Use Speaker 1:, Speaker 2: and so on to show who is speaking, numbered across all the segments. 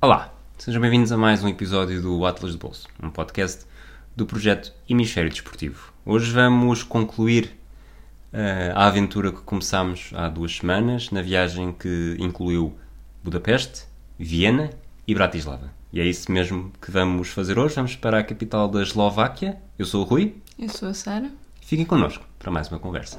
Speaker 1: Olá, sejam bem-vindos a mais um episódio do Atlas de Bolso, um podcast do projeto Hemisfério Desportivo. Hoje vamos concluir eh, a aventura que começámos há duas semanas, na viagem que incluiu Budapeste, Viena e Bratislava. E é isso mesmo que vamos fazer hoje. Vamos para a capital da Eslováquia. Eu sou o Rui.
Speaker 2: Eu sou a Sara.
Speaker 1: Fiquem connosco para mais uma conversa.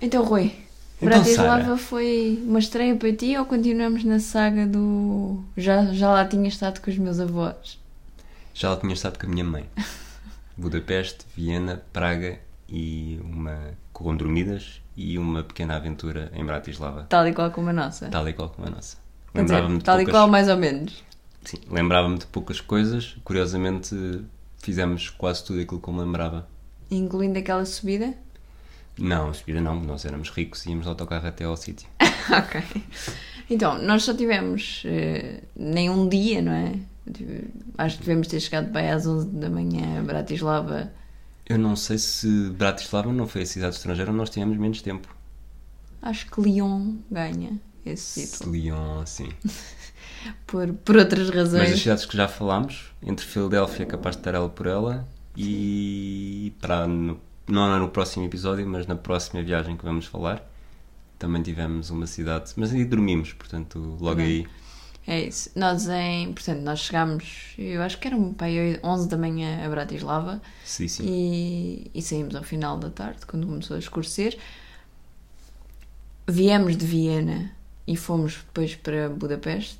Speaker 2: Então, Rui,
Speaker 1: Então,
Speaker 2: Bratislava
Speaker 1: Sara.
Speaker 2: foi uma estreia para ti ou continuamos na saga do. Já, já lá tinha estado com os meus avós?
Speaker 1: Já lá tinha estado com a minha mãe. Budapeste, Viena, Praga e uma com dormidas e uma pequena aventura em Bratislava,
Speaker 2: Tal e qual como a nossa.
Speaker 1: tal e qual como a nossa.
Speaker 2: Quer dizer,
Speaker 1: Lembrava-me de,
Speaker 2: tal e
Speaker 1: poucas-
Speaker 2: qual, mais ou menos.
Speaker 1: sim, lembrava-me de poucas coisas. Curiosamente, fizemos quase tudo aquilo que eu me lembrava.
Speaker 2: Incluindo aquela subida.
Speaker 1: Não, subida não, nós éramos ricos e íamos de autocarro até ao sítio.
Speaker 2: ok. Então, nós só tivemos eh, nem um dia, não é? Tive- Acho que devemos ter chegado bem às 11 da manhã a Bratislava.
Speaker 1: Eu não sei se Bratislava não foi a cidade estrangeira onde nós tivemos menos tempo.
Speaker 2: Acho que Lyon ganha esse título.
Speaker 1: Lyon, sim.
Speaker 2: Por, por
Speaker 1: Mas
Speaker 2: outras
Speaker 1: as
Speaker 2: razões.
Speaker 1: cidades que já falámos, entre Filadélfia, capaz de estar ela por ela, e para no- não é no próximo episódio, mas na próxima viagem que vamos falar, também tivemos uma cidade, mas aí dormimos, portanto, logo
Speaker 2: Uhum.
Speaker 1: aí.
Speaker 2: É isso. Nós em. Portanto, nós chegámos, eu acho que era um pai 11 da manhã a Bratislava
Speaker 1: Sim, sim.
Speaker 2: e, e saímos ao final da tarde, quando começou a escurecer. Viemos de Viena e fomos depois para Budapeste.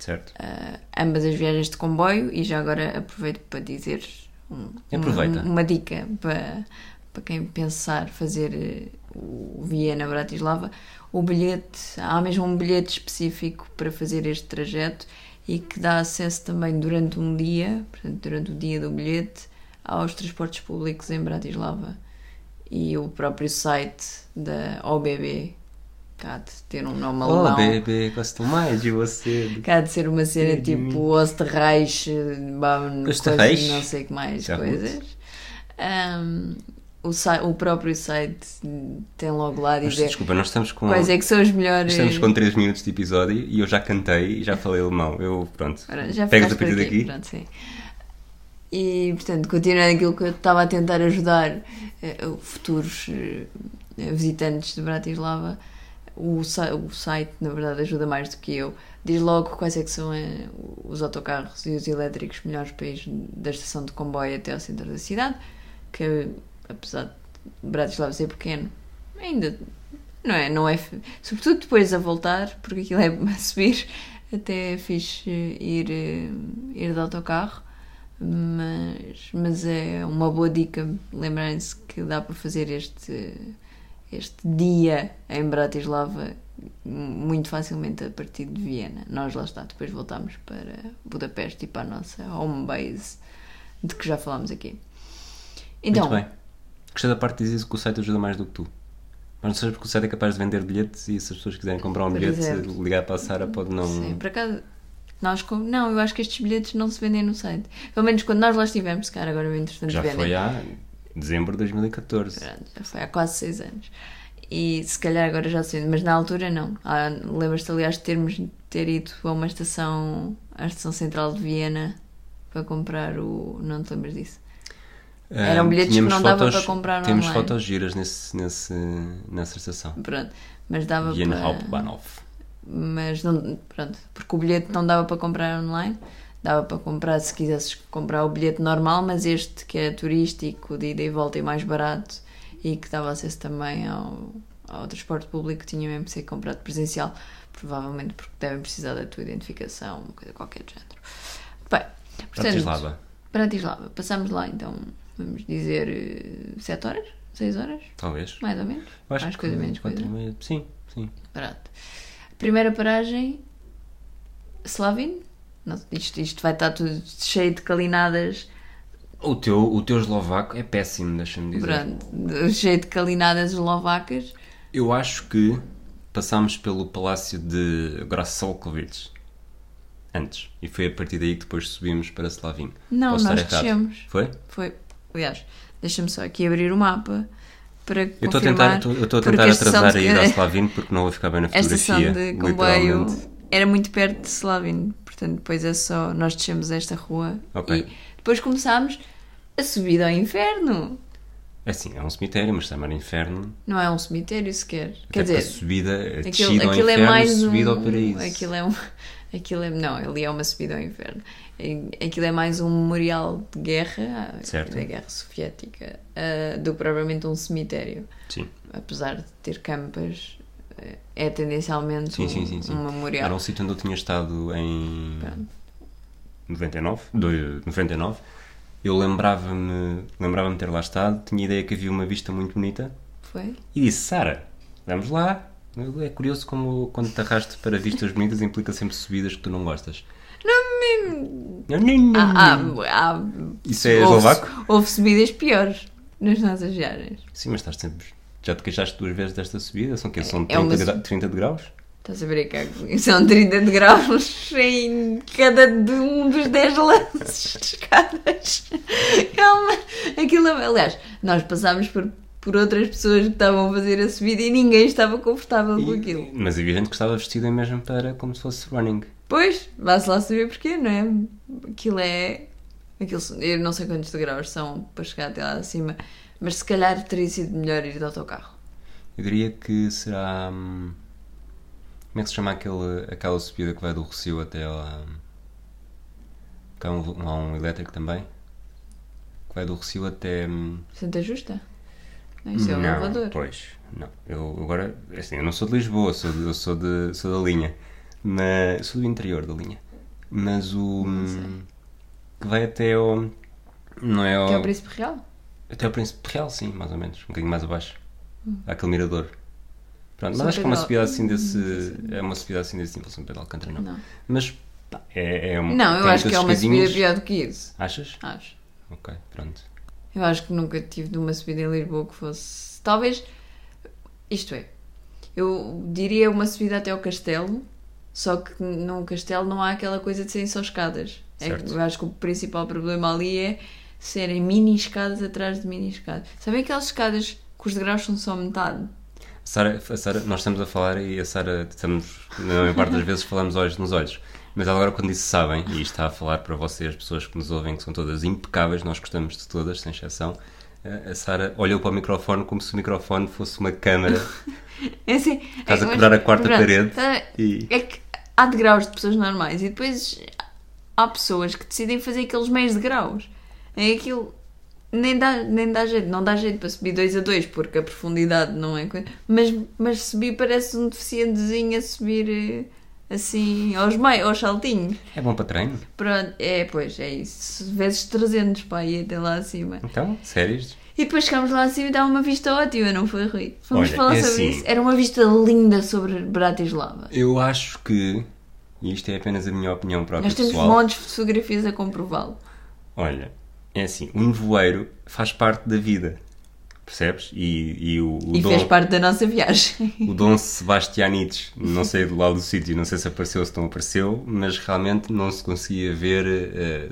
Speaker 1: Certo.
Speaker 2: Ah, ambas as viagens de comboio e já agora aproveito para dizer um-
Speaker 1: Aproveita.
Speaker 2: Uma, uma dica para, para quem pensar fazer eh, o Viena Bratislava o bilhete, há mesmo um bilhete específico para fazer este trajeto e que dá acesso também durante um dia, portanto durante o dia do bilhete aos transportes públicos em Bratislava e o próprio site da OBB cá de ter um nome
Speaker 1: Olá,
Speaker 2: alemão
Speaker 1: bebê, gosto mais de você.
Speaker 2: Cá há de ser uma cena tipo Osterreich, Baum,
Speaker 1: Österreich?
Speaker 2: coisa- não sei o que mais
Speaker 1: Já
Speaker 2: coisas. Ahm, o, si- o próprio site tem logo lá a
Speaker 1: Mas,
Speaker 2: dizer
Speaker 1: desculpa, nós estamos com.
Speaker 2: quais é que são os melhores.
Speaker 1: Estamos com 3 minutos de episódio e eu já cantei e já falei alemão. Eu, pronto.
Speaker 2: Ora, já
Speaker 1: Pegas
Speaker 2: ficaste
Speaker 1: a partir
Speaker 2: por
Speaker 1: daqui.
Speaker 2: aqui, Pronto, sim. E portanto, continuando aquilo que eu estava a tentar ajudar eh, o futuros eh, visitantes de Bratislava, o, si- o site na verdade ajuda mais do que eu. Diz logo quais é que são eh, os autocarros e os elétricos melhores para ir da estação de comboio até ao centro da cidade, que apesar de Bratislava ser pequeno, ainda não é, não é, f- sobretudo depois a voltar, porque aquilo é a subir, até é fixe ir, eh, ir de autocarro, mas, mas é uma boa dica, lembrarem-se que dá para fazer este, este dia em Bratislava muito facilmente a partir de Viena. Nós lá está, depois voltámos para Budapeste e para a nossa home base, de que já falámos aqui. Então,
Speaker 1: Muito bem. Gostei da parte de dizer que o site ajuda mais do que tu. Mas não sabes porque o site é capaz de vender bilhetes e se as pessoas quiserem comprar um
Speaker 2: Por
Speaker 1: bilhete, se
Speaker 2: exemplo.
Speaker 1: ligar para a Sara pode não.
Speaker 2: Sim, por acaso. Nós com... Não, eu acho que estes bilhetes não se vendem no site. Pelo menos quando nós lá estivemos, cara, agora é interessante
Speaker 1: Já
Speaker 2: vendem.
Speaker 1: foi há dezembro de 2014.
Speaker 2: Pronto, já foi há quase seis anos. E se calhar agora já sei, mas na altura não. Ah, Lembras-te, aliás, de termos ter ido a uma estação, à estação central de Viena, para comprar o. Não te lembras disso? Eram
Speaker 1: Ah,
Speaker 2: bilhetes que
Speaker 1: tínhamos
Speaker 2: não dava
Speaker 1: fotos-
Speaker 2: para comprar
Speaker 1: Temos
Speaker 2: online.
Speaker 1: fotos giras nesse, nesse, nessa estação.
Speaker 2: Pronto, mas dava
Speaker 1: Viena
Speaker 2: para.
Speaker 1: Hauptbahnhof.
Speaker 2: mas não, pronto, porque o bilhete não dava para comprar online, dava para comprar se quisesses comprar o bilhete normal, mas este que é turístico, de ida e volta e mais barato e que dava acesso também ao, ao transporte público, tinha mesmo que ser comprado presencial, provavelmente porque devem precisar da tua identificação, uma coisa qualquer do género. Bem, portanto,
Speaker 1: Bratislava.
Speaker 2: Bratislava, passamos lá então, vamos dizer, 7 horas, 6 horas,
Speaker 1: Talvez.
Speaker 2: mais ou menos,
Speaker 1: Eu
Speaker 2: mais coisa,
Speaker 1: que
Speaker 2: menos
Speaker 1: quatro
Speaker 2: coisa.
Speaker 1: e meia- Sim, sim.
Speaker 2: Pronto. Primeira paragem, Slavin. Não, isto, isto vai estar tudo cheio de calinadas.
Speaker 1: O teu, o teu eslovaco é péssimo, deixa-me dizer.
Speaker 2: Pronto, de- cheio de calinadas eslovacas.
Speaker 1: Eu acho que passámos pelo palácio de Grossolkovich. antes. E foi a partir daí que depois subimos para Slavim.
Speaker 2: Não,
Speaker 1: Posso
Speaker 2: nós
Speaker 1: estar errado.
Speaker 2: descemos.
Speaker 1: Foi?
Speaker 2: Foi. Aliás, deixa-me só aqui abrir o mapa para
Speaker 1: Eu estou a
Speaker 2: confirmar,
Speaker 1: tentar, tô- eu estou a
Speaker 2: porque
Speaker 1: tentar
Speaker 2: estação
Speaker 1: atrasar a
Speaker 2: de-
Speaker 1: ida a Slavin porque não vou ficar bem na
Speaker 2: A estação
Speaker 1: fotografia.
Speaker 2: de comboio
Speaker 1: literalmente.
Speaker 2: era muito perto de Slavin, portanto, depois é só. Nós descemos esta rua
Speaker 1: Ok.
Speaker 2: e depois começámos a subir ao inferno.
Speaker 1: É assim, é um cemitério, mas chamar inferno.
Speaker 2: Não é um cemitério sequer.
Speaker 1: até
Speaker 2: Quer
Speaker 1: porque a
Speaker 2: dizer,
Speaker 1: subida, a
Speaker 2: aquilo,
Speaker 1: descida ao
Speaker 2: aquilo é
Speaker 1: inferno,
Speaker 2: mais um.
Speaker 1: subida ao paraíso.
Speaker 2: Aquilo é um. Aquilo é, não, ali é uma subida ao inferno. E- Aquilo é mais um memorial de guerra, ah,
Speaker 1: Certo.
Speaker 2: da guerra soviética, ah, do que propriamente um cemitério.
Speaker 1: Sim,
Speaker 2: Apesar de ter campas, eh, é tendencialmente
Speaker 1: Sim,
Speaker 2: um,
Speaker 1: sim, sim, sim.
Speaker 2: um memorial.
Speaker 1: era um sítio onde eu tinha estado em
Speaker 2: Pronto.
Speaker 1: 99. do- 99. Eu lembrava-me lembrava ter lá estado, tinha ideia que havia uma vista muito bonita
Speaker 2: Foi?
Speaker 1: e disse: Sara, vamos lá. É curioso como quando te arrasto para vistas bonitas implica sempre subidas que tu não gostas.
Speaker 2: Não, mesmo. Há,
Speaker 1: Ah,
Speaker 2: há, há,
Speaker 1: Isso é
Speaker 2: houve-
Speaker 1: eslovaco?
Speaker 2: Houve subidas piores nas nossas viagens.
Speaker 1: Sim, mas estás sempre. Já te queixaste duas vezes desta subida? São que São
Speaker 2: É uma
Speaker 1: 30, gra- 30 degraus?
Speaker 2: Estás a ver É que são 30 degraus em cada de um dos 10 lances de escadas. Calma, aquilo. é- Aliás, nós passámos por, por outras pessoas que estavam a fazer a subida e ninguém estava confortável com
Speaker 1: E-
Speaker 2: aquilo.
Speaker 1: Mas evidente que estava vestida mesmo para como se fosse running.
Speaker 2: Pois, vá-se lá saber porquê, não é? Aquilo é. Aquilo, são- eu não sei quantos degraus são para chegar até lá acima, mas se calhar teria sido melhor ir de autocarro.
Speaker 1: Eu diria que será. hum, Como é que se chama aquele, aquela subida que vai do Rossio até lá? Que há um, há um elétrico também? Que vai do Rossio até. hum,
Speaker 2: Santa Justa? Não, isso é um
Speaker 1: não,
Speaker 2: elevador.
Speaker 1: Pois, não. Eu agora, assim, eu não sou de Lisboa, sou de- eu sou, de, sou da linha. Mas, sou do interior da linha. Mas o. hum,
Speaker 2: sei.
Speaker 1: Que vai até ao. Não é ao.
Speaker 2: Que é o Príncipe Real?
Speaker 1: Até ao Príncipe Real, sim, mais ou menos. Um bocadinho mais abaixo. Aquele mirador. Pronto, mas
Speaker 2: Hum. São
Speaker 1: acho que é uma
Speaker 2: Pedro- Hum,
Speaker 1: subida assim desse. É uma subida assim desse tipo, São Pedro de Alcântara, não.
Speaker 2: Não.
Speaker 1: Mas, pá, é, é um.
Speaker 2: Não, eu
Speaker 1: tem
Speaker 2: acho que é
Speaker 1: aqueles
Speaker 2: uma subida
Speaker 1: escadinhos.
Speaker 2: pior do que isso.
Speaker 1: Achas?
Speaker 2: Acho.
Speaker 1: Ok, pronto.
Speaker 2: Eu acho que nunca tive de uma subida em Lisboa que fosse. Talvez. Isto é. Eu diria uma subida até ao castelo, só que no castelo não há aquela coisa de serem só escadas. É que
Speaker 1: Certo.
Speaker 2: eu acho que o principal problema ali é serem mini escadas atrás de mini escadas. Sabem aquelas escadas que os degraus são só metade?
Speaker 1: Sara, a Sara, nós estamos a falar e a Sara, estamos, na maior parte das vezes, falamos olhos nos olhos. Mas ela agora, quando disse sabem, e isto está a falar para vocês, pessoas que nos ouvem, que são todas impecáveis, nós gostamos de todas, sem exceção, a a Sara olhou para o microfone como se o microfone fosse uma câmara.
Speaker 2: É assim,
Speaker 1: Estás a
Speaker 2: mas-
Speaker 1: quebrar a quarta
Speaker 2: pronto,
Speaker 1: parede
Speaker 2: tá-
Speaker 1: e-
Speaker 2: É que há degraus de pessoas normais e depois há pessoas que decidem fazer aqueles meios degraus. É aquilo. Nem dá, nem dá jeito, não dá jeito para subir dois a dois porque a profundidade não é coisa. Mas, mas subir parece um deficientezinho a subir eh, assim aos meios, aos saltinhos.
Speaker 1: É bom para treino?
Speaker 2: Pronto, é, pois, é isso. Vezes 300 para ir até lá acima.
Speaker 1: Então, séries?
Speaker 2: E depois chegámos lá acima e dá uma vista ótima, não foi, Rui? Vamos
Speaker 1: Olha,
Speaker 2: falar
Speaker 1: é
Speaker 2: sobre
Speaker 1: assim.
Speaker 2: isso. Era uma vista linda sobre Bratislava.
Speaker 1: Eu acho que, e isto é apenas a minha opinião própria
Speaker 2: Nós temos
Speaker 1: pessoal,
Speaker 2: montes de fotografias a comprová-lo.
Speaker 1: Olha, é assim, o nevoeiro faz parte da vida, percebes? E, e o, o
Speaker 2: E
Speaker 1: dom-
Speaker 2: fez parte da nossa viagem.
Speaker 1: o Dom Sebastianides, não sei do lado do sítio, não sei se apareceu ou se não apareceu, mas realmente não se conseguia ver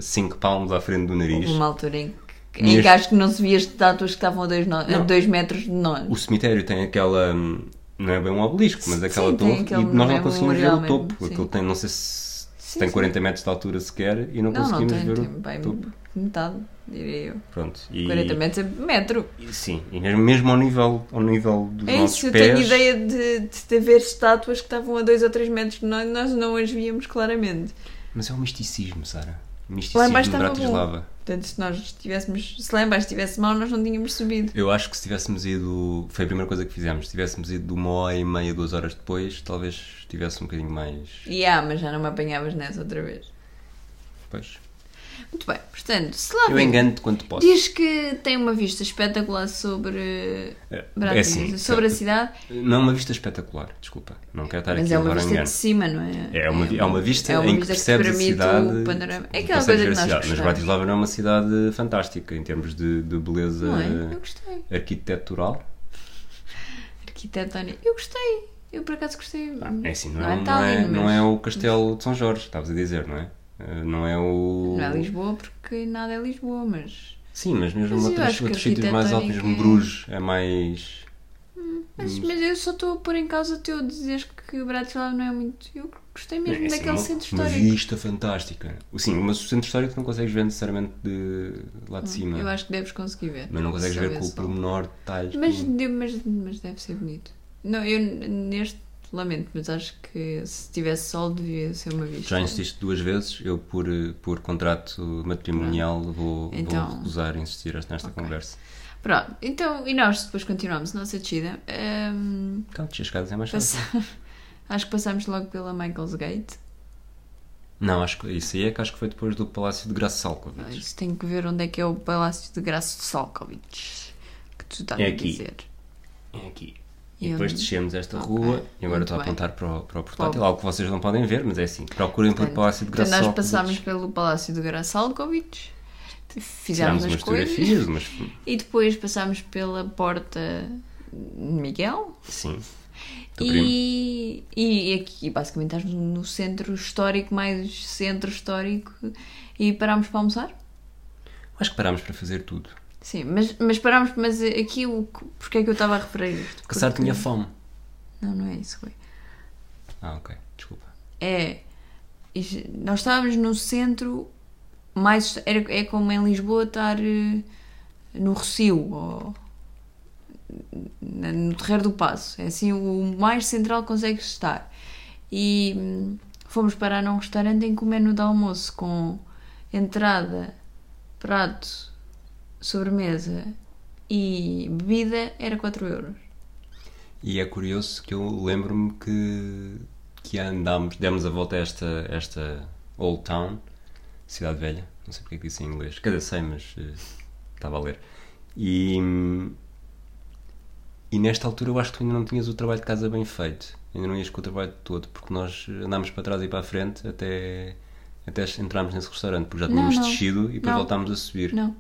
Speaker 1: 5 palmos à frente do nariz.
Speaker 2: Houve uma altura em que, em
Speaker 1: Neste-
Speaker 2: que acho que não se via as estátuas que estavam a dois, no- a
Speaker 1: Não.
Speaker 2: dois metros de nós.
Speaker 1: O cemitério tem aquela. hum, não é bem um obelisco, mas
Speaker 2: Sim,
Speaker 1: aquela
Speaker 2: tem
Speaker 1: torre,
Speaker 2: aquele-
Speaker 1: e nós
Speaker 2: é
Speaker 1: não
Speaker 2: um
Speaker 1: conseguimos ver
Speaker 2: memorial
Speaker 1: o
Speaker 2: mesmo,
Speaker 1: topo.
Speaker 2: sim.
Speaker 1: Aquilo tem, não sei se
Speaker 2: Sim,
Speaker 1: tem
Speaker 2: sim.
Speaker 1: 40 metros de altura sequer, e não,
Speaker 2: Não, não
Speaker 1: conseguimos
Speaker 2: tem,
Speaker 1: ver
Speaker 2: tem
Speaker 1: o
Speaker 2: bem
Speaker 1: topo.
Speaker 2: metade, diria eu.
Speaker 1: Pronto, e,
Speaker 2: 40 metros é metro.
Speaker 1: e sim, e mesmo, mesmo ao, nível, ao nível dos
Speaker 2: É
Speaker 1: nossos
Speaker 2: isso, eu
Speaker 1: pés.
Speaker 2: tenho ideia de, de ter ver estátuas que estavam a dois ou três metros de nós e nós não as víamos claramente.
Speaker 1: Mas é um misticismo, Sara. O
Speaker 2: Lá
Speaker 1: Misticismo
Speaker 2: em baixo
Speaker 1: de
Speaker 2: estava
Speaker 1: Bratislava.
Speaker 2: bom. Portanto, se nós estivéssemos, se lá em baixo estivesse mal, nós não tínhamos subido.
Speaker 1: Eu acho que se tivéssemos ido. Foi a primeira coisa que fizemos. Se tivéssemos ido uma hora e meia, duas horas depois, talvez tivesse um bocadinho mais.
Speaker 2: E ah, mas já não me apanhavas nessa outra vez.
Speaker 1: Pois.
Speaker 2: Muito bem, portanto, se lá
Speaker 1: Eu
Speaker 2: vem-
Speaker 1: engano-te quanto posso.
Speaker 2: Ah, Diz que tem uma vista espetacular sobre
Speaker 1: É,
Speaker 2: Bratislava,
Speaker 1: é assim,
Speaker 2: sobre a cidade,
Speaker 1: Não é uma vista espetacular, desculpa. Não quero estar
Speaker 2: mas
Speaker 1: aqui
Speaker 2: é uma
Speaker 1: agora a
Speaker 2: vista
Speaker 1: enganar.
Speaker 2: de cima, não é?
Speaker 1: É uma, vi- é uma vista
Speaker 2: é uma
Speaker 1: em que
Speaker 2: vista
Speaker 1: percebes a
Speaker 2: permite
Speaker 1: cidade.
Speaker 2: o panorama. É aquela
Speaker 1: percebes
Speaker 2: coisa
Speaker 1: ver
Speaker 2: que
Speaker 1: a
Speaker 2: nós
Speaker 1: cidade. Mas
Speaker 2: gostamos.
Speaker 1: Bratislava não é uma cidade fantástica em termos de, de beleza
Speaker 2: Não é? Eu é? gostei.
Speaker 1: arquitetural.
Speaker 2: Arquitetónica. Eu gostei. Eu por acaso gostei.
Speaker 1: É assim, não,
Speaker 2: Não
Speaker 1: é,
Speaker 2: é
Speaker 1: não,
Speaker 2: Tallinn,
Speaker 1: é, não
Speaker 2: mas-
Speaker 1: é o Castelo de São Jorge, estavas a dizer, não é? Eh, Não é o.
Speaker 2: Não é Lisboa porque nada é Lisboa, mas.
Speaker 1: Sim, mas mesmo
Speaker 2: Mas eu
Speaker 1: outros,
Speaker 2: acho que
Speaker 1: outros sítios mais altos, mesmo Bruges, é mais.
Speaker 2: Mas, mas eu só estou a pôr em causa teu dizeres que Bratislava não é muito. Eu gostei mesmo
Speaker 1: é assim,
Speaker 2: daquele
Speaker 1: uma-
Speaker 2: centro
Speaker 1: uma
Speaker 2: histórico.
Speaker 1: vista fantástica. Sim, mas o centro histórico não consegues ver necessariamente de lá de cima.
Speaker 2: Hum, Eu acho que deves conseguir ver.
Speaker 1: Mas não consegues
Speaker 2: Só
Speaker 1: ver com o
Speaker 2: só.
Speaker 1: pormenor Tipo, detalhes.
Speaker 2: Mas,
Speaker 1: que-
Speaker 2: de- mas, mas deve ser bonito. Não, eu n- neste lamento, mas acho que se tivesse sol devia ser uma vista.
Speaker 1: Já insististe duas vezes, eu por, eh, por contrato matrimonial vou,
Speaker 2: Então-
Speaker 1: vou recusar insistir nesta conversa.
Speaker 2: Pronto, então, e nós depois continuamos a nossa descida. Ahm,
Speaker 1: Calma, as escadas é mais fácil.
Speaker 2: passa- acho que passámos logo pela Michael's Gate.
Speaker 1: Não, acho que isso aí é que acho que foi depois do Palácio de Graça
Speaker 2: Ah,
Speaker 1: Salcovitch.
Speaker 2: Isso tem que ver onde é que é o Palácio de Graça de Solkovich. Que tu estás
Speaker 1: É
Speaker 2: a
Speaker 1: aqui.
Speaker 2: dizer.
Speaker 1: É aqui. E
Speaker 2: Eu-
Speaker 1: depois descemos esta
Speaker 2: Ok,
Speaker 1: rua e agora
Speaker 2: muito
Speaker 1: estou a
Speaker 2: bem.
Speaker 1: apontar para o, para o portátil, algo que vocês não podem ver, mas é assim. Procurem pelo
Speaker 2: Portanto,
Speaker 1: Palácio de
Speaker 2: Então
Speaker 1: Graça
Speaker 2: nós
Speaker 1: Salcovitch.
Speaker 2: passámos pelo Palácio de Grasalkovich,
Speaker 1: Tirámos
Speaker 2: fizemos as
Speaker 1: umas
Speaker 2: coisas
Speaker 1: fotografias, mas
Speaker 2: e depois passámos pela porta Miguel
Speaker 1: sim. Do primo.
Speaker 2: e, e aqui basicamente estás no centro histórico, mais centro histórico e parámos para almoçar.
Speaker 1: Acho que parámos para fazer tudo.
Speaker 2: Sim, mas, mas parámos, mas aqui o que- porque é que eu estava a referir isto?
Speaker 1: Porque Sara
Speaker 2: Porque-
Speaker 1: tinha fome.
Speaker 2: Não, não é isso, Rui.
Speaker 1: Ah, ok. Desculpa.
Speaker 2: é is- nós estávamos no centro mais era, é como em Lisboa estar eh, no Rocio ou na- no Terreiro do Passo é assim o mais central que consegues estar e hum, fomos parar num restaurante em que o menu de almoço com entrada prato sobremesa e bebida era 4 euros
Speaker 1: E é curioso que eu lembro-me que, que andámos, demos a volta a esta, esta Old Town, Cidade Velha, não sei porque é que disse em inglês, cada sei, mas eh, estava a ler. E, e nesta altura eu acho que tu ainda não tinhas o trabalho de casa bem feito, ainda não ias com o trabalho todo, porque nós andámos para trás e para a frente até, até entrarmos nesse restaurante, porque já
Speaker 2: Não,
Speaker 1: tínhamos
Speaker 2: não.
Speaker 1: descido e depois
Speaker 2: Não.
Speaker 1: voltámos a subir.
Speaker 2: Não.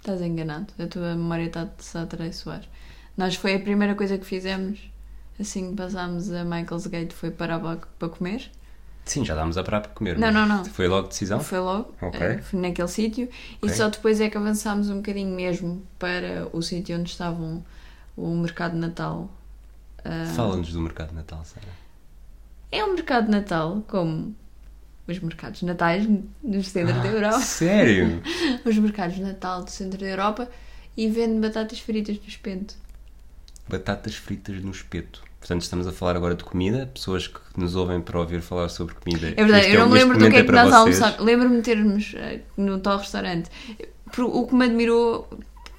Speaker 2: Estás enganado. A tua memória está-te a traiçoar. Nós foi a primeira coisa que fizemos assim que passámos a Michael's Gate foi parar para, para comer.
Speaker 1: Sim, já dámos a parar para comer,
Speaker 2: Não,
Speaker 1: mas
Speaker 2: não, não.
Speaker 1: foi logo decisão.
Speaker 2: Foi logo,
Speaker 1: Ah? Ok.
Speaker 2: eh, foi naquele sítio. E
Speaker 1: Ok.
Speaker 2: só depois é que avançámos um bocadinho mesmo para o sítio onde estavam o mercado de Natal. Ah,
Speaker 1: Fala-nos do mercado de Natal, Sara.
Speaker 2: é um mercado de Natal, como os mercados de natais no centro
Speaker 1: Ah.
Speaker 2: da Europa.
Speaker 1: Sério?
Speaker 2: Os mercados de Natal do centro da Europa e vende batatas fritas no espento.
Speaker 1: Batatas fritas no espeto. Portanto, estamos a falar agora de comida. Pessoas que nos ouvem para ouvir falar sobre comida.
Speaker 2: É verdade,
Speaker 1: este um-
Speaker 2: eu não me
Speaker 1: este
Speaker 2: lembro do que
Speaker 1: momento
Speaker 2: é que
Speaker 1: para
Speaker 2: nós
Speaker 1: vocês.
Speaker 2: almoçámos. Lembro-me de termos eh, no tal restaurante. Por- O que me admirou,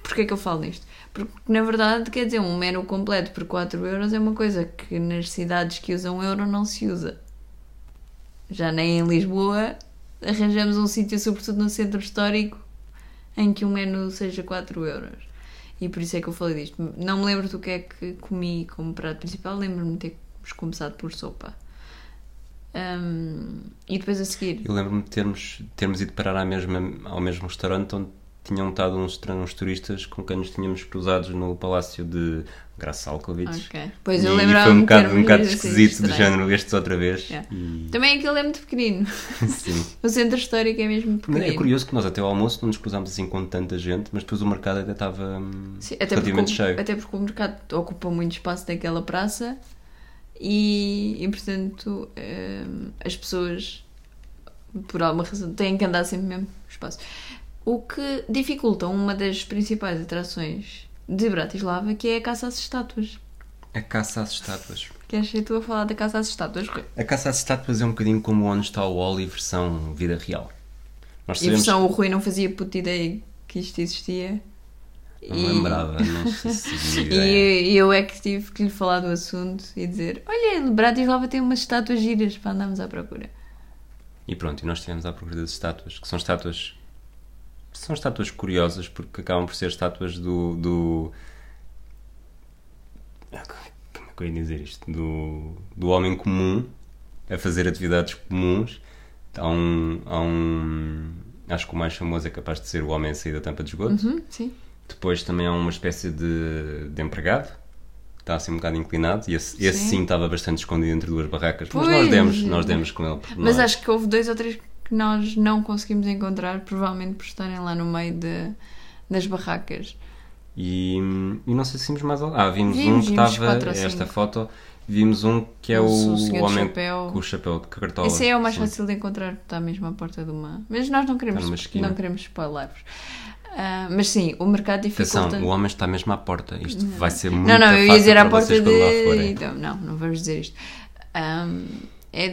Speaker 2: porque é que eu falo nisto? Porque na verdade, quer dizer, um menu completo por 4 euros é uma coisa que nas cidades que usam euro não se usa. Já nem em Lisboa arranjamos um sítio, sobretudo no centro histórico, em que o menu seja 4 euros. E por isso é que eu falei disto. Não me lembro do que é que comi como prato principal, lembro-me de termos começado por sopa. Hum, e depois a seguir.
Speaker 1: Eu lembro-me de termos, termos ido parar à mesma, ao mesmo restaurante onde tinham estado uns, tra- uns turistas com quem nos tínhamos cruzados no palácio de Grasalkovich.
Speaker 2: Ok. Pois
Speaker 1: e, e
Speaker 2: eu
Speaker 1: foi
Speaker 2: lembrava
Speaker 1: um bocado, um bocado esquisito,
Speaker 2: esquisito
Speaker 1: do género estes outra vez.
Speaker 2: assim, Yeah.
Speaker 1: E-
Speaker 2: Também é que ele é muito pequenino.
Speaker 1: sim.
Speaker 2: O centro histórico é mesmo
Speaker 1: Mas
Speaker 2: pequenino.
Speaker 1: É curioso que nós até ao almoço não nos cruzámos assim com tanta gente, mas depois o mercado até estava hum,
Speaker 2: Sim, até, porque,
Speaker 1: relativamente cheio.
Speaker 2: o- até porque o mercado ocupa muito espaço daquela praça e, e, portanto, hum, as pessoas, por alguma razão, têm que andar sempre no mesmo espaço. O que dificulta uma das principais atrações de Bratislava, que é a caça às estátuas.
Speaker 1: A caça às estátuas.
Speaker 2: Queres ser tu a falar da caça às estátuas, Rui?
Speaker 1: A caça às estátuas é um bocadinho como onde está o Wall e versão vida real. Nós
Speaker 2: E a
Speaker 1: sabemos
Speaker 2: versão o Rui não fazia puta ideia que isto existia.
Speaker 1: que não lembrava, não sei se
Speaker 2: E
Speaker 1: ideia.
Speaker 2: e eu é que tive que lhe falar do assunto e dizer: Olha, Bratislava tem umas estátuas giras para andarmos à procura.
Speaker 1: E pronto, e nós estivemos à procura das estátuas, que são estátuas. São estátuas curiosas porque acabam por ser estátuas do. do Ah, como é que eu ia dizer isto? Do, do homem comum a fazer atividades comuns. Há um, há um. Acho que o mais famoso é capaz de ser o homem a sair da tampa de esgoto.
Speaker 2: Uhum, sim.
Speaker 1: Depois também há uma espécie de, de empregado está assim um bocado inclinado, e esse, esse
Speaker 2: Sim.
Speaker 1: sim estava bastante escondido entre duas barracas, mas
Speaker 2: Pois.
Speaker 1: nós demos, nós demos com ele. é? por
Speaker 2: Mas
Speaker 1: nós.
Speaker 2: acho que houve dois ou três que nós não conseguimos encontrar, provavelmente por estarem lá no meio de- das barracas.
Speaker 1: E, e não sei se vimos mais algum. Ah, vimos,
Speaker 2: Vimos,
Speaker 1: um que
Speaker 2: vimos
Speaker 1: estava,
Speaker 2: quatro ou cinco.
Speaker 1: esta foto, vimos um que é
Speaker 2: O
Speaker 1: o,
Speaker 2: senhor de
Speaker 1: homem
Speaker 2: chapéu.
Speaker 1: com o chapéu de cartola.
Speaker 2: Esse aí é o mais
Speaker 1: Sim.
Speaker 2: fácil de encontrar, porque está mesmo à porta de uma. Mas nós não queremos,
Speaker 1: Está numa esquina.
Speaker 2: não queremos spoilers. Ah, mas sim, o mercado
Speaker 1: Atenção,
Speaker 2: dificulta.
Speaker 1: o homem está mesmo à porta. Isto vai ser muito
Speaker 2: Não, não, eu ia
Speaker 1: fácil
Speaker 2: dizer à
Speaker 1: para
Speaker 2: porta
Speaker 1: vocês quando lá
Speaker 2: de.
Speaker 1: forem.
Speaker 2: Então, não, não vamos dizer isto. Ahm, é,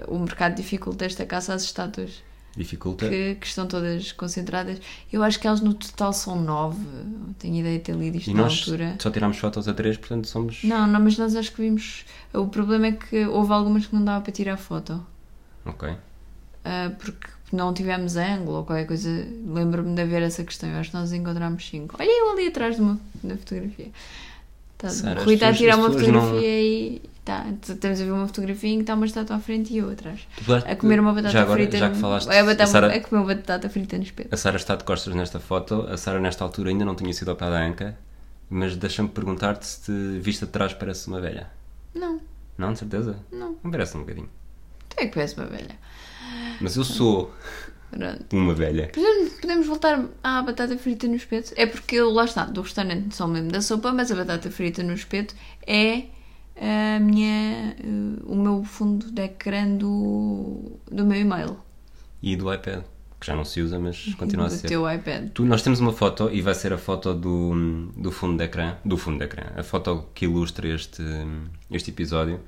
Speaker 2: é- o mercado dificulta esta caça às estátuas
Speaker 1: Dificulta.
Speaker 2: que, que estão todas concentradas. Eu acho que elas no total são nove. Eu Tenho ideia de ter lido isto
Speaker 1: E
Speaker 2: na
Speaker 1: nós
Speaker 2: altura.
Speaker 1: só tirámos fotos a três, portanto somos.
Speaker 2: Não, não, mas nós acho que vimos. O problema é que houve algumas que não dava para tirar foto.
Speaker 1: Ok.
Speaker 2: ah, porque não tivemos ângulo ou qualquer coisa. Lembro-me de haver essa questão. Eu acho que nós encontramos cinco. Olha eu ali atrás de uma, da fotografia. Tá,
Speaker 1: Sara,
Speaker 2: o
Speaker 1: as
Speaker 2: Rui está a
Speaker 1: pessoas-
Speaker 2: tirar
Speaker 1: as
Speaker 2: uma
Speaker 1: pessoas não-
Speaker 2: fotografia e. Tá, estamos a ver uma fotografia em que está uma estátua à frente e eu atrás.
Speaker 1: Tu falaste-
Speaker 2: A comer uma batata
Speaker 1: já agora,
Speaker 2: frita.
Speaker 1: Já que falaste,
Speaker 2: a, batata-
Speaker 1: a Sara,
Speaker 2: a comer uma batata frita no espeto.
Speaker 1: a Sara está de costas nesta foto. A Sara, nesta altura, ainda não tinha sido ao pé da anca. Mas deixa-me perguntar-te se te, vista de trás parece uma velha.
Speaker 2: Não,
Speaker 1: Não, de certeza?
Speaker 2: não.
Speaker 1: Me parece um bocadinho.
Speaker 2: Tu é que parece uma velha.
Speaker 1: Mas eu sou
Speaker 2: Pronto.
Speaker 1: uma velha.
Speaker 2: Podemos, podemos voltar à batata frita no espeto? É porque lá está, do restaurante só me lembro da sopa, mas a batata frita no espeto é a minha, eh, o meu fundo de ecrã do, do meu e-mail,
Speaker 1: E do iPad, que já não se usa, mas continua a
Speaker 2: do
Speaker 1: ser.
Speaker 2: teu iPad.
Speaker 1: Tu- nós temos uma foto e vai ser a foto do, do fundo de ecrã, do fundo de ecrã, a foto que ilustra este, este episódio.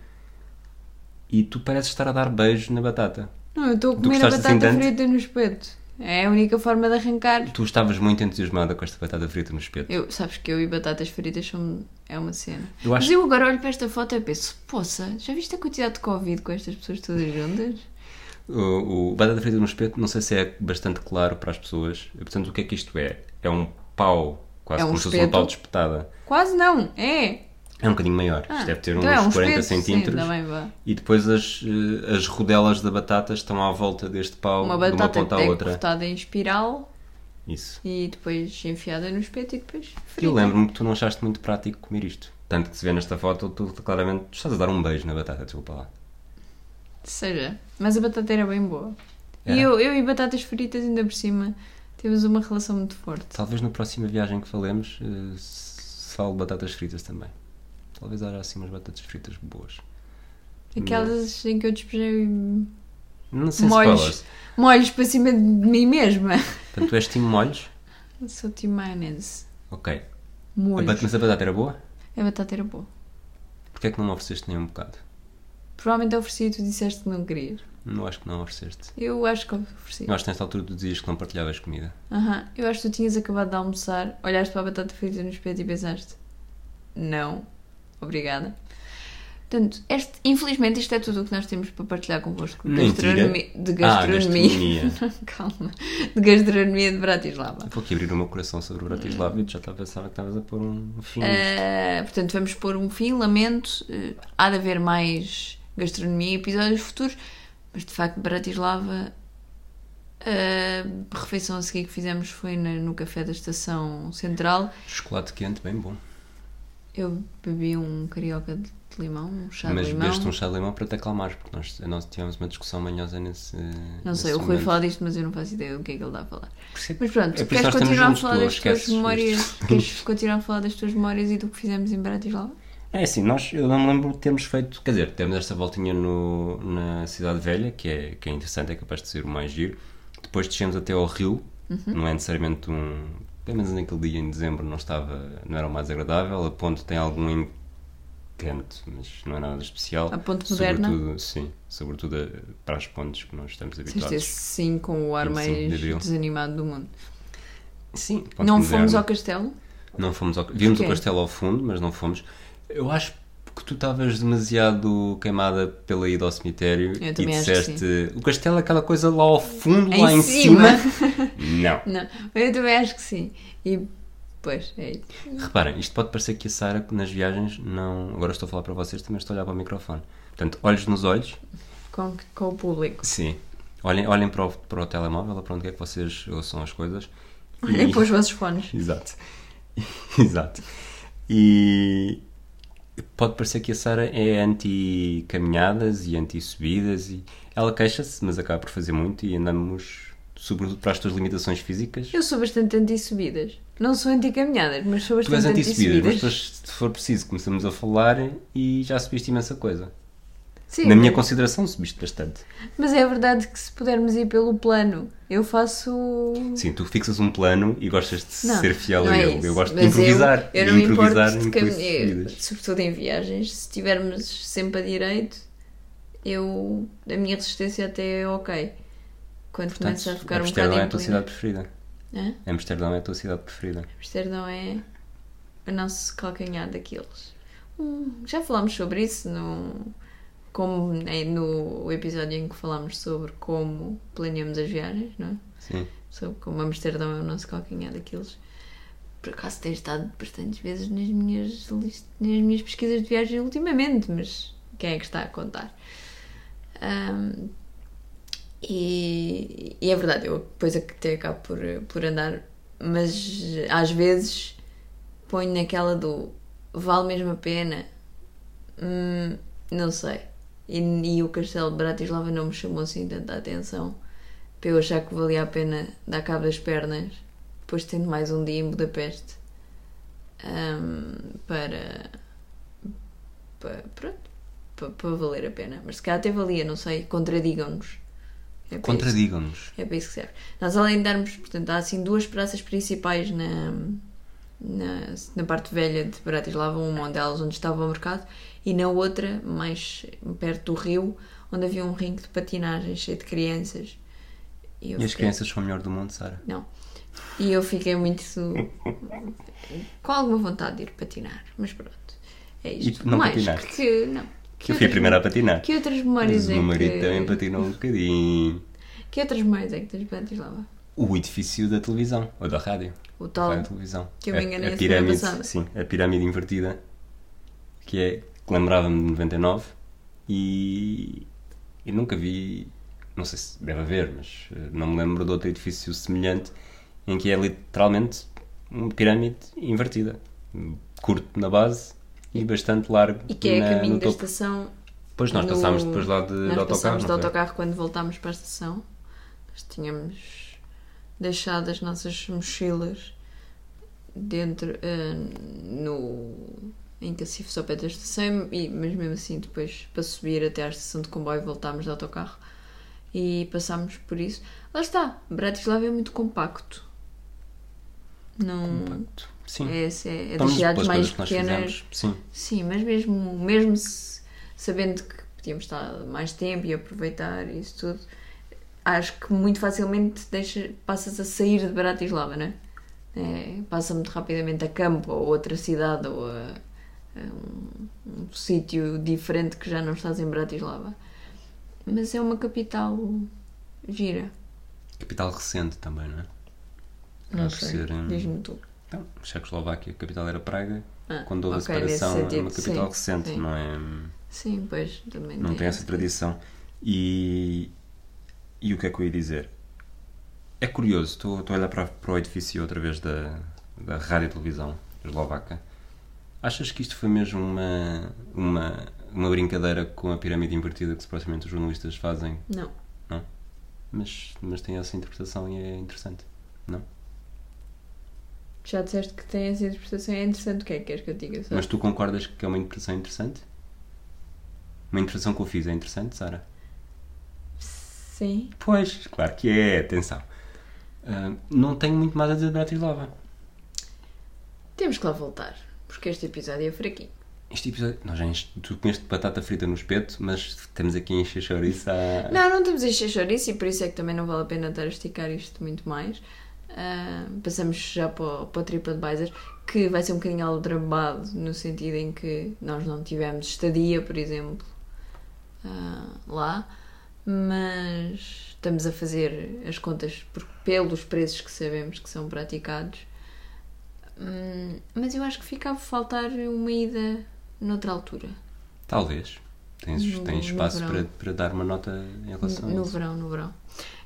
Speaker 1: E tu pareces estar a dar beijos na batata.
Speaker 2: Não, eu estou a
Speaker 1: Tu
Speaker 2: comer a
Speaker 1: gostaste
Speaker 2: batata
Speaker 1: assim tanto?
Speaker 2: frita no espeto. É a única forma de arrancar.
Speaker 1: Tu estavas muito entusiasmada com esta batata frita no espeto.
Speaker 2: Eu, sabes que eu e batatas fritas são, é uma cena.
Speaker 1: Eu acho-
Speaker 2: Mas eu agora olho para esta foto e penso, poça, já viste a quantidade de Covid com estas pessoas todas juntas?
Speaker 1: O, o batata frita no espeto, não sei se é bastante claro para as pessoas. Portanto, o que é que isto é? É um pau, quase
Speaker 2: É um
Speaker 1: como se fosse um
Speaker 2: espeto.
Speaker 1: pau de espetada.
Speaker 2: Quase não, é.
Speaker 1: É um bocadinho maior.
Speaker 2: Ah,
Speaker 1: isto deve ter uns
Speaker 2: então é um
Speaker 1: 40
Speaker 2: espeto, sim,
Speaker 1: centímetros.
Speaker 2: ainda bem, vá.
Speaker 1: E depois as, eh, as rodelas da batata estão à volta deste pau,
Speaker 2: Uma
Speaker 1: de uma
Speaker 2: batata
Speaker 1: ponta à
Speaker 2: é
Speaker 1: outra.
Speaker 2: cortada em espiral
Speaker 1: Isso.
Speaker 2: e depois enfiada no espeto e depois frita.
Speaker 1: Eu lembro-me que tu não achaste muito prático comer isto. Tanto que se vê nesta foto, tu claramente tu estás a dar um beijo na batata, desculpa lá.
Speaker 2: Seja, mas a batata era bem boa. E
Speaker 1: Era?
Speaker 2: eu, eu e batatas fritas ainda por cima temos uma relação muito forte.
Speaker 1: Talvez na próxima viagem que falemos, eh, se falo de batatas fritas também. Talvez haja assim umas batatas fritas boas.
Speaker 2: Aquelas em que eu despejei
Speaker 1: Não sei se
Speaker 2: molhos,
Speaker 1: falas.
Speaker 2: molhos para cima de mim mesma.
Speaker 1: Portanto, tu és time molhos?
Speaker 2: Eu Sou time maionese.
Speaker 1: Ok. A bat-
Speaker 2: Molhos.
Speaker 1: mas a batata era boa?
Speaker 2: A batata era boa.
Speaker 1: Porquê é que não me ofereceste nem um bocado?
Speaker 2: Provavelmente eu ofereci e tu disseste que não querias.
Speaker 1: Não acho que não ofereceste.
Speaker 2: Eu acho que ofereci.
Speaker 1: Eu acho que nesta altura tu dizias que não partilhavas comida.
Speaker 2: Aham, eu acho que tu tinhas acabado de almoçar, olhaste para a batata frita no espeto e pensaste: Não, obrigada. Portanto, este- infelizmente isto é tudo o que nós temos para partilhar convosco. de
Speaker 1: Mentira.
Speaker 2: gastronomia- De
Speaker 1: Ah,
Speaker 2: gastronomia. Calma. De gastronomia de Bratislava.
Speaker 1: Vou aqui abrir o meu coração sobre o Bratislava e tu já estava a pensar que estavas a pôr um fim.
Speaker 2: Ah, portanto, vamos pôr um fim, lamento. eh, há de haver mais gastronomia e episódios futuros, mas de facto, Bratislava. eh, A refeição a seguir que fizemos foi na- no café da estação central
Speaker 1: Chocolate quente, bem bom.
Speaker 2: Eu bebi um carioca de de limão, um chá
Speaker 1: Mas
Speaker 2: de limão.
Speaker 1: bebeste um chá de limão para te acalmares, porque nós, nós tivemos uma discussão manhosa nesse.
Speaker 2: Não sei, o Rui fala disto, mas eu não faço ideia do que é que ele está a falar. Mas pronto,
Speaker 1: É por isso nós
Speaker 2: queres
Speaker 1: estamos
Speaker 2: continuar a
Speaker 1: juntos,
Speaker 2: falar
Speaker 1: tu
Speaker 2: das tuas
Speaker 1: esqueces
Speaker 2: memórias?
Speaker 1: isto.
Speaker 2: Queres continuar a falar das tuas memórias e do que fizemos em Bratislava?
Speaker 1: É assim, nós, eu não me lembro de termos feito. Quer dizer, temos esta voltinha no, na Cidade Velha, que é, que é interessante, é capaz de ser o mais giro. Depois descemos até ao Rio,
Speaker 2: Uhum.
Speaker 1: não é necessariamente um. Pelo menos naquele dia em dezembro não estava. não era o mais agradável. A ponte tem algum encanto, mas não é nada de especial.
Speaker 2: A ponte moderna?
Speaker 1: sobretudo, Sim, sobretudo eh, para as pontes que nós estamos
Speaker 2: Disseste
Speaker 1: habituados.
Speaker 2: esse sim com o ar
Speaker 1: 25 de
Speaker 2: mais
Speaker 1: abril.
Speaker 2: desanimado do mundo.
Speaker 1: Sim, ponte
Speaker 2: não
Speaker 1: moderna.
Speaker 2: fomos ao castelo?
Speaker 1: Não fomos ao... Vimos
Speaker 2: Porquê?
Speaker 1: o castelo ao fundo, mas não fomos. Eu acho que tu estavas demasiado queimada pela ida ao cemitério
Speaker 2: Eu
Speaker 1: e
Speaker 2: também acho que
Speaker 1: disseste o castelo é aquela coisa lá ao fundo,
Speaker 2: Em
Speaker 1: lá em
Speaker 2: cima."
Speaker 1: cima. não.
Speaker 2: Não, eu também acho que sim. E, pois, é isso.
Speaker 1: Reparem, isto pode parecer que a Sara nas viagens não. Agora estou a falar para vocês, também estou a olhar para o microfone. Portanto, olhos nos olhos.
Speaker 2: Com, com o público.
Speaker 1: Sim. Olhem, olhem para, o, para o telemóvel, para onde é que vocês ouçam as coisas.
Speaker 2: Olhem
Speaker 1: E-
Speaker 2: para os vossos fones.
Speaker 1: Exato. Exato. E, pode parecer que a Sara é anti-caminhadas e anti-subidas e ela queixa-se, mas acaba por fazer muito e andamos sobretudo para as tuas limitações físicas.
Speaker 2: Eu sou bastante anti-subidas. Não sou anti-caminhadas, mas sou
Speaker 1: Tu és
Speaker 2: bastante
Speaker 1: anti-subidas, mas
Speaker 2: anti-subidas.
Speaker 1: depois, se for preciso, começamos a falar e já subiste imensa coisa.
Speaker 2: Sim,
Speaker 1: Na minha
Speaker 2: mas-
Speaker 1: consideração, subiste bastante.
Speaker 2: mas é verdade que se pudermos ir pelo plano, eu faço.
Speaker 1: Sim, tu fixas um plano e gostas de
Speaker 2: Não,
Speaker 1: ser fiel
Speaker 2: não
Speaker 1: a
Speaker 2: é
Speaker 1: ele.
Speaker 2: isso.
Speaker 1: Eu gosto de
Speaker 2: Mas
Speaker 1: improvisar.
Speaker 2: Eu,
Speaker 1: e
Speaker 2: eu não me
Speaker 1: improvisar
Speaker 2: importo de
Speaker 1: inclui
Speaker 2: caminhar,
Speaker 1: subidas.
Speaker 2: sobretudo em viagens, se estivermos sempre a direito, eu, a minha resistência até é ok. Quando começa a
Speaker 1: Portanto,
Speaker 2: ficar um bocado
Speaker 1: Amsterdão é a tua
Speaker 2: inclinada.
Speaker 1: cidade preferida.
Speaker 2: Hã?
Speaker 1: Amsterdão é a tua cidade preferida.
Speaker 2: Amsterdão é o nosso calcanhar daqueles. Hum, já falámos sobre isso no, como, em- no episódio em que falámos sobre como planeamos as viagens, não é?
Speaker 1: Sim.
Speaker 2: Sobre como Amsterdão é o nosso calcanhar daqueles. Por acaso tem estado bastantes vezes nas minhas, lis- nas minhas pesquisas de viagem ultimamente, mas quem é que está a contar? Ahm, e, e é verdade, eu depois até acabo por, por andar, mas às vezes ponho naquela do vale mesmo a pena? Hum, não sei. E, e o Castelo de Bratislava não me chamou assim tanta atenção para eu achar que valia a pena dar cabo das pernas, depois tendo mais um dia em Budapeste hum, para, para, pronto, para, para valer a pena. Mas se calhar até valia, não sei, contradigam-nos. É para isso.
Speaker 1: Contradigam-nos.
Speaker 2: É para isso que serve. Nós, além de darmos, portanto, há assim duas praças principais na, na, na parte velha de Bratislava, uma delas onde estava o mercado, e na outra, mais perto do rio, onde havia um ringue de patinagem cheio de crianças. eu
Speaker 1: E as
Speaker 2: fiquei-
Speaker 1: crianças são o melhor do mundo, Sara.
Speaker 2: Não. E eu fiquei muito. com alguma vontade de ir patinar, mas pronto. É isto.
Speaker 1: E não
Speaker 2: mais
Speaker 1: patinaste?
Speaker 2: que. Não. Que
Speaker 1: eu fui a
Speaker 2: outras-
Speaker 1: primeira a patinar.
Speaker 2: Que outras
Speaker 1: Mas
Speaker 2: memórias
Speaker 1: o
Speaker 2: é
Speaker 1: meu marido
Speaker 2: que.
Speaker 1: também patinou um bocadinho.
Speaker 2: Que outras memórias é que tens de Bratislava?
Speaker 1: O edifício da televisão, ou da rádio.
Speaker 2: O
Speaker 1: Da
Speaker 2: tal.
Speaker 1: rádio e televisão.
Speaker 2: que eu
Speaker 1: A-
Speaker 2: me enganei
Speaker 1: a
Speaker 2: a semana
Speaker 1: pirâmide,
Speaker 2: passada.
Speaker 1: Sim, a pirâmide invertida, que é, que lembrava-me de 99 e, e nunca vi, não sei se deve haver, mas eh, não me lembro de outro edifício semelhante em que é literalmente uma pirâmide invertida. Curto na base e bastante largo
Speaker 2: E que é
Speaker 1: na-
Speaker 2: a caminho
Speaker 1: no
Speaker 2: da
Speaker 1: topo.
Speaker 2: estação.
Speaker 1: Depois nós
Speaker 2: no-
Speaker 1: passámos depois lá de, de
Speaker 2: Nós
Speaker 1: autocarro.
Speaker 2: passámos de
Speaker 1: não é? foi?
Speaker 2: autocarro quando voltámos para a estação. Nós tínhamos deixado as nossas mochilas dentro eh, no em Cacifes ao pé da estação, e, mas mesmo assim depois para subir até à estação de comboio voltámos de autocarro e passámos por isso. Lá está, Bratislava é muito compacto. Não,
Speaker 1: Compacto. Sim. Então,
Speaker 2: é, é, é das
Speaker 1: Vamos
Speaker 2: cidades
Speaker 1: pelas coisas
Speaker 2: mais
Speaker 1: que nós
Speaker 2: pequenas.
Speaker 1: fizemos. Sim.
Speaker 2: Sim, mas mesmo, mesmo se- sabendo que podíamos estar mais tempo e aproveitar isso tudo, acho que muito facilmente deixa, passas a sair de Bratislava, não é? É, passa muito rapidamente a campo ou outra cidade ou a, a um, um sítio diferente que já não estás em Bratislava. Mas é uma capital gira.
Speaker 1: Capital recente também, não é?
Speaker 2: Não
Speaker 1: Deve
Speaker 2: sei.
Speaker 1: ser, hum,
Speaker 2: Diz-me tu.
Speaker 1: Então, Checoslováquia, a capital era Praga.
Speaker 2: Ah,
Speaker 1: Quando houve
Speaker 2: ok,
Speaker 1: a
Speaker 2: nesse
Speaker 1: separação, é uma
Speaker 2: sentido,
Speaker 1: capital
Speaker 2: sim,
Speaker 1: recente,
Speaker 2: sim.
Speaker 1: não é?
Speaker 2: Sim, pois também
Speaker 1: Não tem essa tradição. E, e o que é que eu ia dizer? É curioso, estou, estou a olhar para, para o edifício outra vez da, da rádio e televisão eslovaca. Achas que isto foi mesmo uma, uma, uma brincadeira com a pirâmide invertida que supostamente os jornalistas fazem?
Speaker 2: Não.
Speaker 1: Não? Mas, mas tem essa interpretação e é interessante, não?
Speaker 2: Já disseste que tem essa interpretação, é interessante o que é que queres que eu diga? Só?
Speaker 1: Mas tu concordas que é uma interpretação interessante? Uma interpretação que eu fiz é interessante, Sara?
Speaker 2: Sim.
Speaker 1: Pois, claro que é, atenção. Ah, não tenho muito mais a dizer de Bratislava.
Speaker 2: Temos que lá voltar, porque este episódio é fraquinho.
Speaker 1: Este episódio. Nós já enche- tu comeste batata frita no espeto, mas estamos aqui a encher chouriço à-
Speaker 2: Não, não temos este chouriço e por isso é que também não vale a pena estar a esticar isto muito mais. Ah, passamos já para, o- para o TripAdvisor, que vai ser um bocadinho aldrabado no sentido em que nós não tivemos estadia, por exemplo, ah, lá, mas estamos a fazer as contas por- pelos preços que sabemos que são praticados. Hum, mas eu acho que ficava a faltar uma ida noutra altura.
Speaker 1: Talvez. Tens,
Speaker 2: No-
Speaker 1: tens
Speaker 2: no
Speaker 1: espaço
Speaker 2: verão.
Speaker 1: para, para dar uma nota em relação
Speaker 2: No
Speaker 1: a isso.
Speaker 2: verão, no verão.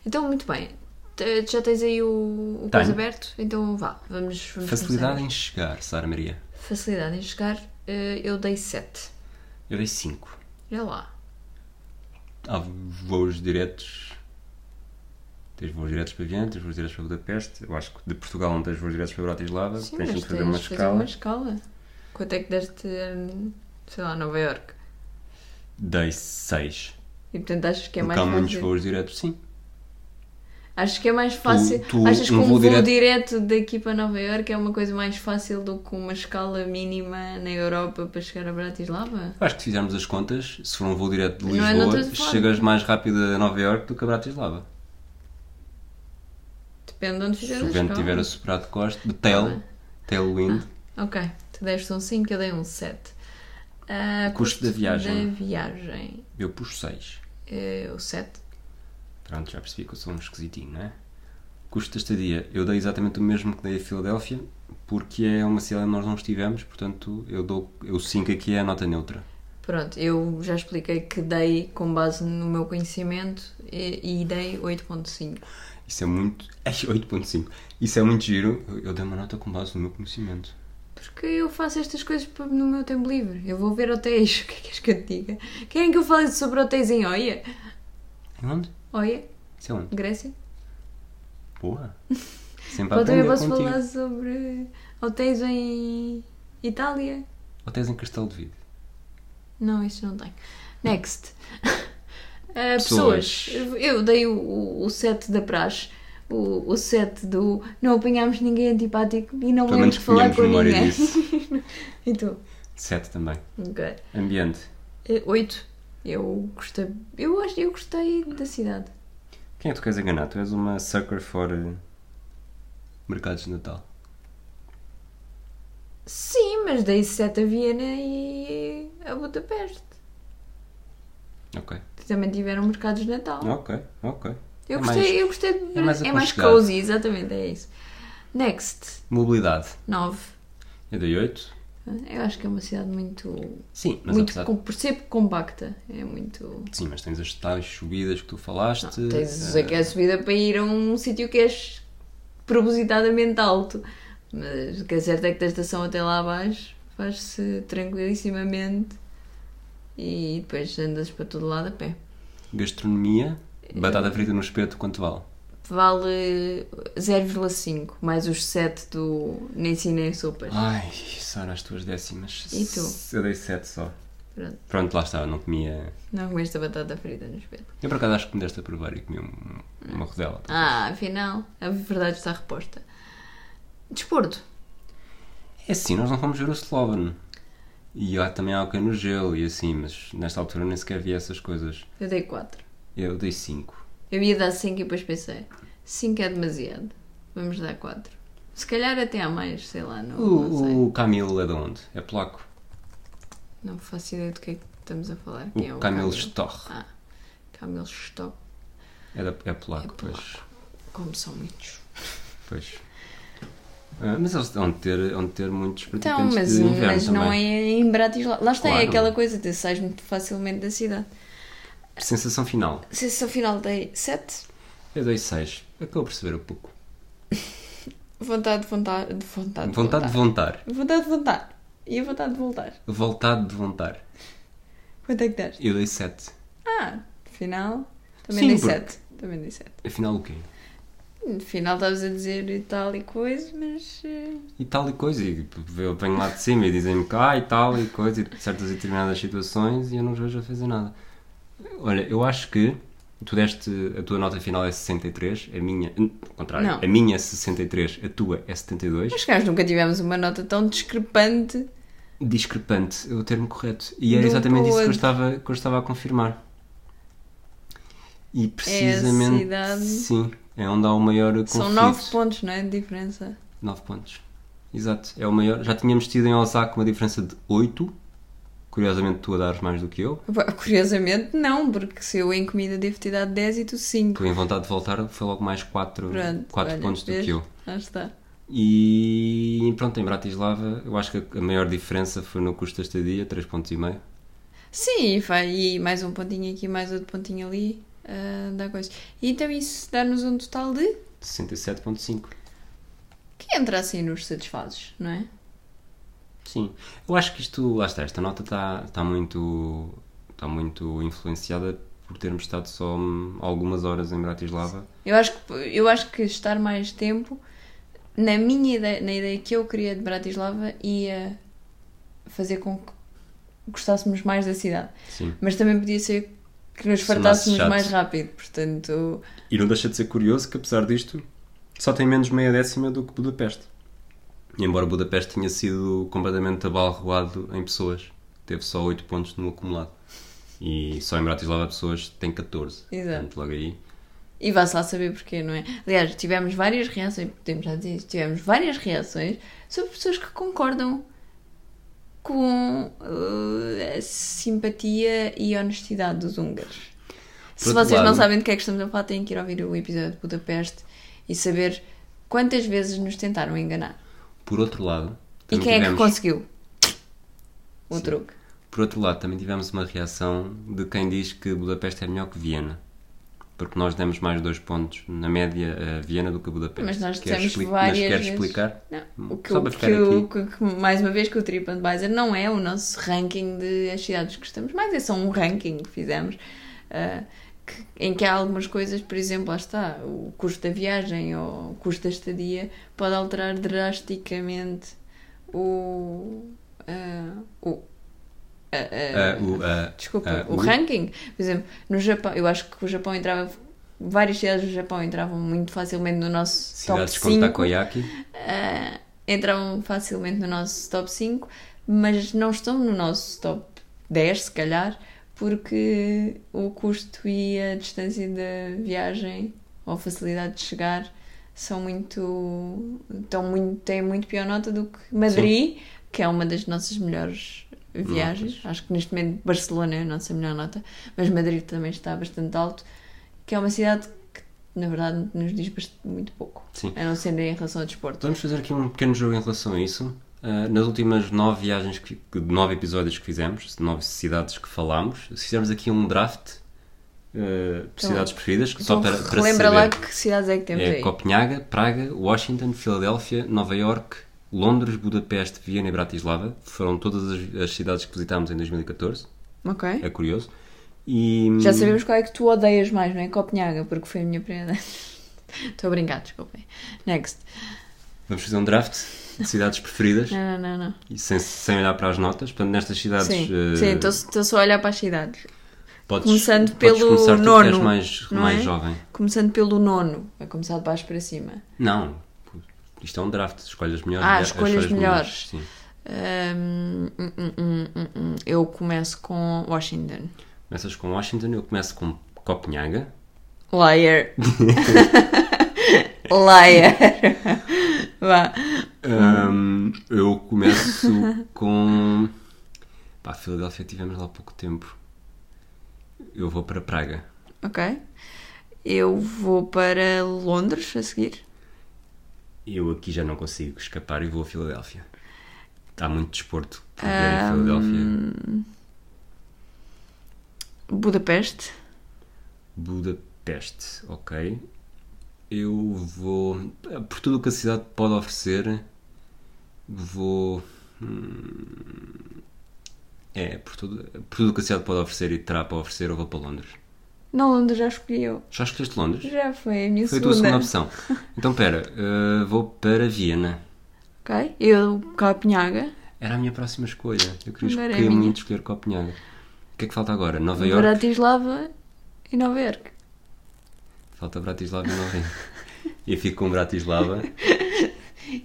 Speaker 2: Então, muito bem. Te- Já tens aí o, o
Speaker 1: Tenho.
Speaker 2: coisa aberto? Então vá, vamos, vamos
Speaker 1: Facilidade
Speaker 2: começar.
Speaker 1: em chegar, Sara Maria.
Speaker 2: Facilidade em chegar. eh, eu dei 7.
Speaker 1: Eu dei 5.
Speaker 2: Olha lá.
Speaker 1: Há voos diretos. Tens voos diretos para Viena, tens voos diretos para Budapeste. Eu acho que de Portugal não tens voos diretos para Bratislava. tens
Speaker 2: Sim, mas
Speaker 1: sempre que fazer
Speaker 2: tens
Speaker 1: uma
Speaker 2: de fazer uma
Speaker 1: escala.
Speaker 2: escala. Quanto é que deste, hum, sei lá, Nova York?
Speaker 1: Dei 6.
Speaker 2: E portanto achas que
Speaker 1: Porque
Speaker 2: é mais
Speaker 1: há muitos
Speaker 2: fácil?
Speaker 1: voos diretos, sim.
Speaker 2: Acho que é mais fácil.
Speaker 1: tu-
Speaker 2: achas que
Speaker 1: um
Speaker 2: um
Speaker 1: voo
Speaker 2: voo
Speaker 1: direto-
Speaker 2: direto... daqui para Nova York é uma coisa mais fácil do que uma escala mínima na Europa para chegar a Bratislava?
Speaker 1: Eu Acho que se fizermos as contas, se for um voo direto de
Speaker 2: Não é, não
Speaker 1: Lisboa,
Speaker 2: estou a falar.
Speaker 1: chegas mais rápido a Nova Iorque do que a Bratislava.
Speaker 2: Depende de onde
Speaker 1: Se
Speaker 2: fizer a Tá
Speaker 1: o vento
Speaker 2: escala.
Speaker 1: estiver a soprar de costa, de tel, tailwind,
Speaker 2: Ok, tu deste um 5, eu dei um 7. Ah,
Speaker 1: Custo da viagem.
Speaker 2: Da viagem.
Speaker 1: eu puxo 6.
Speaker 2: eh, o 7.
Speaker 1: Pronto, já percebi que eu sou um esquisitinho, não é? Custo da estadia, eu dei exatamente o mesmo que dei a Filadélfia, porque é uma cidade onde nós não estivemos, portanto eu dou eu 5 aqui é a nota neutra.
Speaker 2: Pronto, eu já expliquei que dei com base no meu conhecimento e, e dei 8.5.
Speaker 1: Isso é muito. Ai, 8.5. Isso é muito giro. Eu, eu dei uma nota com base no meu conhecimento.
Speaker 2: Porque eu faço estas coisas pa- no meu tempo livre. Eu vou ver hotéis. O que é que és que eu te diga? Querem que eu fale sobre hotéis em Oia?
Speaker 1: Em onde?
Speaker 2: Oia,
Speaker 1: Isso é onde?
Speaker 2: Grécia?
Speaker 1: Boa! Sempre a
Speaker 2: Ou também
Speaker 1: aprender
Speaker 2: posso
Speaker 1: contigo.
Speaker 2: falar sobre hotéis em Itália?
Speaker 1: Hotéis em Castelo de Vida.
Speaker 2: Não, isso não tem. Next. Ah,
Speaker 1: Pessoas.
Speaker 2: pessoas. Eu dei o, o 7 da praxe. O, o 7 do não apanhámos ninguém antipático e não
Speaker 1: Pelo
Speaker 2: me lembro
Speaker 1: menos
Speaker 2: de falar
Speaker 1: tínhamos
Speaker 2: com
Speaker 1: memória
Speaker 2: ninguém.
Speaker 1: disso.
Speaker 2: e tu?
Speaker 1: 7 também.
Speaker 2: Ok.
Speaker 1: Ambiente.
Speaker 2: 8. Eu gostei. Eu acho eu gostei da cidade.
Speaker 1: Quem é que tu queres enganar? Tu és uma sucker for eh, mercados de Natal.
Speaker 2: Sim, mas dei 7 a Viena e a Budapeste.
Speaker 1: Ok.
Speaker 2: Que também tiveram mercados de Natal.
Speaker 1: Ok, ok.
Speaker 2: Eu,
Speaker 1: É
Speaker 2: gostei,
Speaker 1: mais
Speaker 2: eu gostei. de-
Speaker 1: é mais
Speaker 2: é mais
Speaker 1: aconchegado.
Speaker 2: cozy, exatamente. É isso. Next.
Speaker 1: Mobilidade. É
Speaker 2: 9.
Speaker 1: Eu dei 8.
Speaker 2: Eu acho que é uma cidade muito.
Speaker 1: Sim, mas
Speaker 2: muito
Speaker 1: apesar
Speaker 2: com- por ser compacta. É muito.
Speaker 1: Sim, mas tens as tais subidas que tu falaste.
Speaker 2: Tens
Speaker 1: eh,
Speaker 2: aqui a subida para ir a um sítio que é es- propositadamente alto. Mas o que é certo é que da estação até lá abaixo faz-se tranquilissimamente e depois andas para todo lado a pé.
Speaker 1: Gastronomia.
Speaker 2: Eh,
Speaker 1: Batata frita no espeto, quanto vale?
Speaker 2: Vale 0,5 mais os 7 do Nem Sim Nem Sopas.
Speaker 1: Ai, Sara, as tuas décimas.
Speaker 2: E tu?
Speaker 1: S- Eu dei 7 só.
Speaker 2: Pronto,
Speaker 1: Pronto, lá está, eu não comia.
Speaker 2: não comeste a batata frita no espelho.
Speaker 1: Eu por acaso acho que me deste a provar e comi um- uma rodela.
Speaker 2: Ah, afinal, a verdade está reposta. Desporto.
Speaker 1: É assim, nós não fomos ver o Slovan. E há também há alguém no gelo e assim, mas nesta altura nem sequer vi essas coisas.
Speaker 2: Eu dei 4.
Speaker 1: Eu dei 5.
Speaker 2: Eu ia dar 5 e depois pensei: 5 é demasiado. Vamos dar 4. Se calhar até há mais, sei lá, não, não sei.
Speaker 1: O, o Camilo é de onde? É polaco.
Speaker 2: Não faço ideia do que é que estamos a falar.
Speaker 1: O
Speaker 2: Quem é o
Speaker 1: Camilo
Speaker 2: Camil
Speaker 1: Storch
Speaker 2: Ah, Camil Stock,
Speaker 1: é, da- é polaco,
Speaker 2: É
Speaker 1: pois.
Speaker 2: como são muitos.
Speaker 1: pois. Ah, mas eles vão ter, vão ter muitos
Speaker 2: Então,
Speaker 1: praticantes
Speaker 2: mas,
Speaker 1: de inverno
Speaker 2: mas
Speaker 1: também.
Speaker 2: não é em Bratislava. Lá está, é
Speaker 1: Claro.
Speaker 2: aquela coisa de sais muito facilmente da cidade.
Speaker 1: Sensação final.
Speaker 2: Sensação final dei 7.
Speaker 1: Eu dei 6. Acabou a perceber a pouco.
Speaker 2: Vontade, vontade, de vontade.
Speaker 1: vontade de voltar.
Speaker 2: Vontade de voltar. E a vontade de voltar.
Speaker 1: Vontade de voltar.
Speaker 2: Quanto é que deste?
Speaker 1: Eu dei 7.
Speaker 2: Ah, final. Também
Speaker 1: Sim,
Speaker 2: dei
Speaker 1: porque-
Speaker 2: 7. Também dei 7.
Speaker 1: Afinal, o quê?
Speaker 2: No final estavas a dizer e tal e coisa, mas. eh,
Speaker 1: e tal e coisa. E eu venho lá de cima e dizem-me que ah, e tal e coisa, e certas e determinadas situações, e eu não os vejo a fazer nada. Olha, eu acho que tu deste, a tua nota final é 63, a minha, hum, ao contrário,
Speaker 2: Não.
Speaker 1: a minha é 63, a tua é 72.
Speaker 2: Mas cá nunca tivemos uma nota tão discrepante.
Speaker 1: Discrepante, é o termo correto. E era
Speaker 2: De um
Speaker 1: exatamente
Speaker 2: para o
Speaker 1: isso que eu,
Speaker 2: outro.
Speaker 1: estava, que eu estava a confirmar. E precisamente.
Speaker 2: É cidade.
Speaker 1: Sim, é onde há o maior conflito.
Speaker 2: São 9 pontos, não é? De diferença.
Speaker 1: 9 pontos. Exato, é o maior. Já tínhamos tido em Osaka uma diferença de 8. Curiosamente, tu a dares mais do que eu.
Speaker 2: Pá, Curiosamente, não, porque se eu em comida devo ter dado 10 e tu 5.
Speaker 1: Tu, em vontade de voltar, foi logo mais 4,
Speaker 2: Pronto. olha,
Speaker 1: pontos do
Speaker 2: vês?
Speaker 1: que eu.
Speaker 2: Lá está.
Speaker 1: E pronto, em Bratislava, eu acho que a maior diferença foi no custo da estadia, 3 pontos e meio.
Speaker 2: Sim, e vai, e mais um pontinho aqui, mais outro pontinho ali. ah, dá coisa. E então isso dá-nos um total de.
Speaker 1: 67.5.
Speaker 2: Que entra assim nos satisfazes, não é?
Speaker 1: Sim. Eu acho que isto, lá está, esta nota está, está, muito, está muito influenciada por termos estado só hum, algumas horas em Bratislava.
Speaker 2: Eu acho que, eu acho que estar mais tempo, na minha ideia, na ideia que eu queria de Bratislava, ia fazer com que gostássemos mais da cidade.
Speaker 1: Sim.
Speaker 2: Mas também podia ser que nos
Speaker 1: Sonasse
Speaker 2: fartássemos
Speaker 1: chato.
Speaker 2: mais rápido, portanto.
Speaker 1: E não deixa de ser curioso que, apesar disto, só tem menos meia décima do que Budapeste. E embora Budapeste tenha sido completamente abalroado em pessoas, teve só 8 pontos no acumulado. E só em Bratislava pessoas tem 14.
Speaker 2: Exato.
Speaker 1: Portanto, logo aí.
Speaker 2: E vá-se lá saber porquê, não é? Aliás, tivemos várias reações, podemos já dizer isto, tivemos várias reações sobre pessoas que concordam com eh, a simpatia e honestidade dos húngaros. Se
Speaker 1: outro
Speaker 2: vocês não
Speaker 1: lado-
Speaker 2: sabem do que é que estamos a falar, têm que ir ouvir o episódio de Budapeste e saber quantas vezes nos tentaram enganar.
Speaker 1: Por outro lado.
Speaker 2: E
Speaker 1: também
Speaker 2: quem é que
Speaker 1: tivemos-
Speaker 2: conseguiu o truque?
Speaker 1: Por outro lado, também tivemos uma reação de quem diz que Budapeste é melhor que Viena. Porque nós demos mais dois pontos na média a Viena do que a Budapeste.
Speaker 2: Mas nós
Speaker 1: Queres
Speaker 2: dissemos
Speaker 1: expli-
Speaker 2: várias
Speaker 1: Mas queres
Speaker 2: vezes.
Speaker 1: explicar?
Speaker 2: Não, o que,
Speaker 1: Hum, Só
Speaker 2: o
Speaker 1: para
Speaker 2: que,
Speaker 1: ficar
Speaker 2: o que- que- mais uma vez que o TripAdvisor não é o nosso ranking de as cidades que gostamos mais, é só um ranking que fizemos ah, que- em que há algumas coisas, por exemplo, lá está, o custo da viagem ou o custo da estadia pode alterar drasticamente o. ah, o ah, ah,
Speaker 1: Ah, o, ah,
Speaker 2: Desculpa,
Speaker 1: ah,
Speaker 2: o ranking. Por exemplo, no Japão, eu acho que o Japão entrava. Várias cidades do Japão entravam muito facilmente no nosso
Speaker 1: Cidades
Speaker 2: top 5.
Speaker 1: como Takoyaki.
Speaker 2: Ah, entravam facilmente no nosso top 5, mas não estão no nosso top 10, se calhar, porque o custo e a distância da viagem ou a facilidade de chegar são muito. Estão muito têm muito pior nota do que Madrid, que é uma das nossas melhores viagens. Acho que neste momento Barcelona é a nossa melhor nota, mas Madrid também está bastante alto, que é uma cidade que na verdade nos diz bast- muito pouco.
Speaker 1: Sim.
Speaker 2: A não ser em relação ao desporto.
Speaker 1: Vamos fazer aqui um pequeno jogo em relação a isso. Ah, nas últimas nove viagens, que, que- nove episódios que fizemos, de nove cidades que falámos, fizemos aqui um draft ah, de cidades preferidas, que só para, para
Speaker 2: lembra
Speaker 1: saber.
Speaker 2: Então, lá que cidades é que temos
Speaker 1: É
Speaker 2: aí.
Speaker 1: Copenhaga, Praga, Washington, Filadélfia, Nova York, Londres, Budapeste, Viena e Bratislava. Foram todas as, as cidades que visitámos em 2014.
Speaker 2: Ok.
Speaker 1: É curioso. E, hum,
Speaker 2: Já sabemos qual é que tu odeias mais, não é? Copenhaga, porque foi a minha primeira. Estou a brincar, desculpem. Next.
Speaker 1: Vamos fazer um draft de cidades preferidas,
Speaker 2: Não, não, não, não.
Speaker 1: e sem, sem olhar para as notas. Portanto, nestas cidades.
Speaker 2: Sim,
Speaker 1: eh,
Speaker 2: sim, estou só a olhar para as cidades.
Speaker 1: podes-
Speaker 2: Começando
Speaker 1: podes
Speaker 2: pelo
Speaker 1: começar tu, que
Speaker 2: nono,
Speaker 1: és mais,
Speaker 2: não
Speaker 1: mais
Speaker 2: é?
Speaker 1: jovem.
Speaker 2: Começando pelo nono, a começar de baixo para cima.
Speaker 1: Não, isto é um draft. Escolhas melhores.
Speaker 2: Ah,
Speaker 1: as
Speaker 2: escolhas melhores.
Speaker 1: Sim.
Speaker 2: Hum, hum, hum, hum, hum, hum. Eu começo com Washington.
Speaker 1: Começas com Washington, eu começo com Copenhaga.
Speaker 2: Liar. Liar. Vá.
Speaker 1: Ahm, eu começo com. Pá, Filadélfia tivemos lá pouco tempo. Eu vou para Praga.
Speaker 2: Ok. Eu vou para Londres a seguir.
Speaker 1: Eu aqui já não consigo escapar e vou a Filadélfia. Há muito desporto por ver em Filadélfia.
Speaker 2: Budapeste.
Speaker 1: Budapeste, ok. Eu vou. Por tudo o que a cidade pode oferecer, vou. hum, É, por tudo, por tudo o que a cidade pode oferecer e terá para oferecer, eu vou para Londres.
Speaker 2: Não, Londres já escolhi eu.
Speaker 1: Já escolheste Londres?
Speaker 2: Já foi a minha
Speaker 1: Foi a tua
Speaker 2: segunda.
Speaker 1: segunda opção. Então, pera, eh, vou para Viena.
Speaker 2: Ok. Eu, Copenhaga.
Speaker 1: Era a minha próxima escolha. Eu queria,
Speaker 2: Agora é a
Speaker 1: queria
Speaker 2: minha.
Speaker 1: muito escolher Copenhaga. O que é que falta agora? Nova York?
Speaker 2: Bratislava e Nova Iorque.
Speaker 1: Falta Bratislava e Nova York. Eu fico com Bratislava.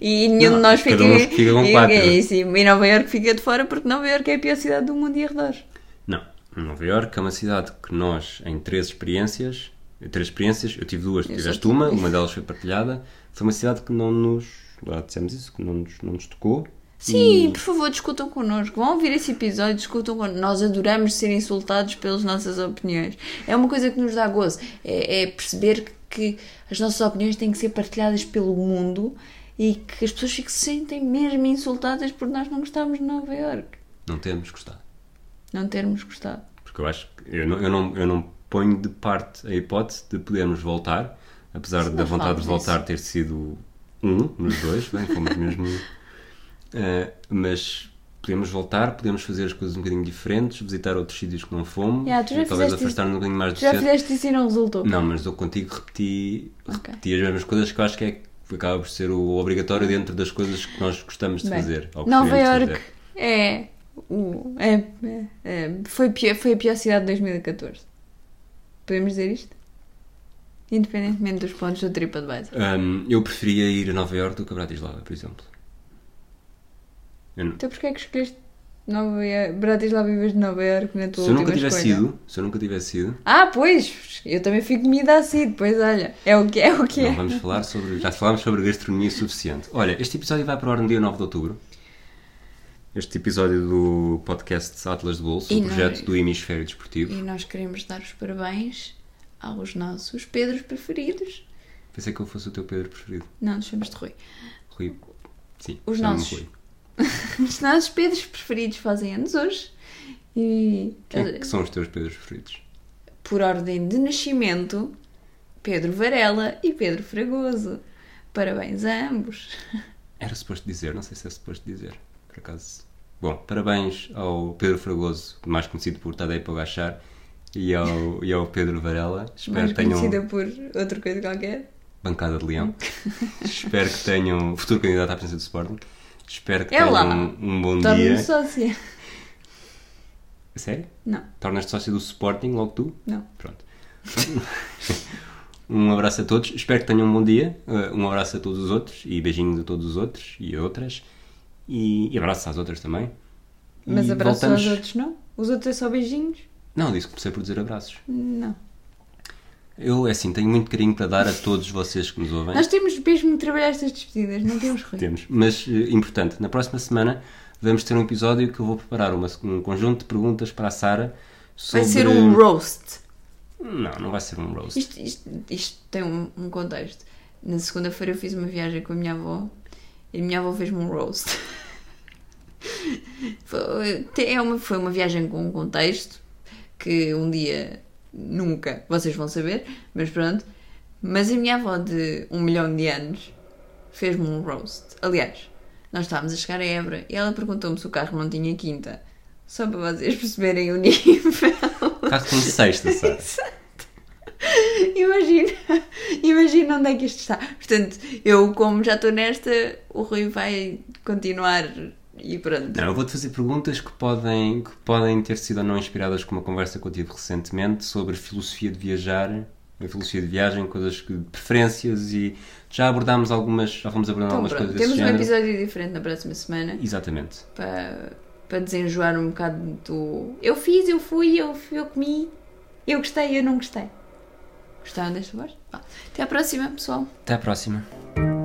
Speaker 2: E nenhum
Speaker 1: Não,
Speaker 2: de nós fica.
Speaker 1: cada um fica com
Speaker 2: e-
Speaker 1: quatro.
Speaker 2: E, sim, e Nova Iorque fica de fora porque Nova Iorque é a pior cidade do mundo e arredores.
Speaker 1: Não, Nova York é uma cidade que nós, em três experiências, em três experiências, eu tive duas, tu
Speaker 2: Eu
Speaker 1: tiveste
Speaker 2: só tive.
Speaker 1: uma, uma delas foi partilhada, foi uma cidade que não nos, lá dissemos isso, que não nos, não nos tocou.
Speaker 2: Sim, por favor, discutam connosco. Vão ouvir esse episódio, discutam connosco. Nós adoramos ser insultados pelas nossas opiniões. É uma coisa que nos dá gozo. É, é perceber que as nossas opiniões têm que ser partilhadas pelo mundo e que as pessoas fiquem, se sentem mesmo insultadas por nós não gostarmos de Nova Iorque.
Speaker 1: Não temos gostado.
Speaker 2: Não termos gostado.
Speaker 1: Porque eu acho que eu não, eu não, eu não ponho de parte a hipótese de podermos voltar, apesar da
Speaker 2: nós
Speaker 1: vontade de
Speaker 2: falámos
Speaker 1: voltar é? ter sido um nos dois, bem, fomos mesmo. um. eh, mas podemos voltar, podemos fazer as coisas um bocadinho diferentes, visitar outros sítios que não fomos,
Speaker 2: Yeah, tu já
Speaker 1: e talvez
Speaker 2: fizeste
Speaker 1: afastar-nos um bocadinho mais do
Speaker 2: Já
Speaker 1: centro.
Speaker 2: fizeste isso e não resultou.
Speaker 1: Não, mas eu contigo repeti,
Speaker 2: Ok.
Speaker 1: repeti as mesmas coisas que eu acho que é que acaba por ser o obrigatório dentro das coisas que nós gostamos de
Speaker 2: Bem,
Speaker 1: fazer. ou que
Speaker 2: Nova
Speaker 1: queremos
Speaker 2: York
Speaker 1: fazer.
Speaker 2: é, o- é- é- foi, pior- foi a pior cidade de 2014. Podemos dizer isto? Independentemente dos pontos do TripAdvisor.
Speaker 1: Hum, eu preferia ir a Nova York do que a Bratislava, por exemplo. Eu não-
Speaker 2: Então porquê é que escolheste Nova Ior- Bratislava em vez de Nova York na tua
Speaker 1: se eu
Speaker 2: última
Speaker 1: nunca tivesse
Speaker 2: escolha?
Speaker 1: ido, se eu nunca tivesse ido,
Speaker 2: Ah, pois! Eu também fui comida assim, depois olha. É o que é, o que é.
Speaker 1: não vamos falar sobre. Já falámos sobre gastronomia o suficiente. Olha, este episódio vai para o ar no dia 9 de outubro. Este episódio do podcast Atlas de Bolso,
Speaker 2: E
Speaker 1: um
Speaker 2: não- é.
Speaker 1: projeto do Hemisfério Desportivo.
Speaker 2: E nós queremos dar os parabéns aos nossos Pedros preferidos.
Speaker 1: Pensei que eu fosse o teu Pedro preferido.
Speaker 2: Não, nos chamamos de Rui.
Speaker 1: Rui. Sim,
Speaker 2: Os
Speaker 1: chama-me
Speaker 2: nossos.
Speaker 1: Rui.
Speaker 2: Os nossos Pedros preferidos fazem anos hoje. E
Speaker 1: Quem é que são os teus Pedros preferidos?
Speaker 2: por ordem de nascimento, Pedro Varela e Pedro Fragoso. Parabéns a ambos.
Speaker 1: Era suposto dizer, não sei se é suposto dizer, por acaso. Bom, parabéns ao Pedro Fragoso, mais conhecido por Tadei Pogachar, e ao, e ao Pedro Varela. Espero
Speaker 2: Mais
Speaker 1: que tenham
Speaker 2: conhecida por outra coisa qualquer.
Speaker 1: bancada de leão. Espero que tenham um futuro candidato à presidência do Sporting. Espero que
Speaker 2: É
Speaker 1: tenham
Speaker 2: lá.
Speaker 1: um bom
Speaker 2: Torna-me
Speaker 1: dia. É
Speaker 2: sócia.
Speaker 1: Sério?
Speaker 2: Não,
Speaker 1: Tornas-te sócio do Sporting logo tu?
Speaker 2: não.
Speaker 1: Pronto. um abraço a todos. Espero que tenham um bom dia. Uh, Um abraço a todos os outros e beijinhos a todos os outros e a outras. E, e abraços às outras também.
Speaker 2: Mas
Speaker 1: E
Speaker 2: abraços aos outros, não? Os outros é só beijinhos?
Speaker 1: Não, disse que comecei por dizer abraços.
Speaker 2: Não.
Speaker 1: Eu, é assim, tenho muito carinho para dar a todos vocês que nos ouvem.
Speaker 2: Nós temos mesmo que trabalhar estas despedidas, não temos Rui.
Speaker 1: Temos. Mas, eh, importante, na próxima semana vamos ter um episódio que eu vou preparar uma- um conjunto de perguntas para a Sara sobre...
Speaker 2: Vai ser um roast.
Speaker 1: Não, não vai ser um roast.
Speaker 2: Isto, isto- isto tem um, um contexto. Na segunda-feira eu fiz uma viagem com a minha avó e a minha avó fez-me um roast. foi, te- é uma, foi uma viagem com um contexto que um dia nunca vocês vão saber, mas pronto. Mas a minha avó de um milhão de anos fez-me um roast. Aliás, nós estávamos a chegar a Évora e ela perguntou-me se o carro não tinha quinta. Só para vocês perceberem o nível.
Speaker 1: O carro tem sexta, Sara.
Speaker 2: Imagina, imagina onde é que isto está. Portanto, eu, como já estou nesta, o Rui vai continuar e pronto. Então
Speaker 1: Não, eu vou-te fazer perguntas que podem, que podem ter sido ou não inspiradas com uma conversa que eu tive recentemente sobre filosofia de viajar, a filosofia de viagem, coisas que, preferências e já abordámos algumas, já fomos abordando
Speaker 2: então,
Speaker 1: algumas
Speaker 2: pronto,
Speaker 1: coisas
Speaker 2: temos
Speaker 1: desse
Speaker 2: um
Speaker 1: género.
Speaker 2: episódio diferente na próxima semana
Speaker 1: Exatamente.
Speaker 2: para, para desenjoar um bocado do eu fiz, eu fui, eu, fui, eu comi, eu gostei, eu não gostei. Gostaram desta voz? Vá. Até à próxima, pessoal.
Speaker 1: Até à próxima.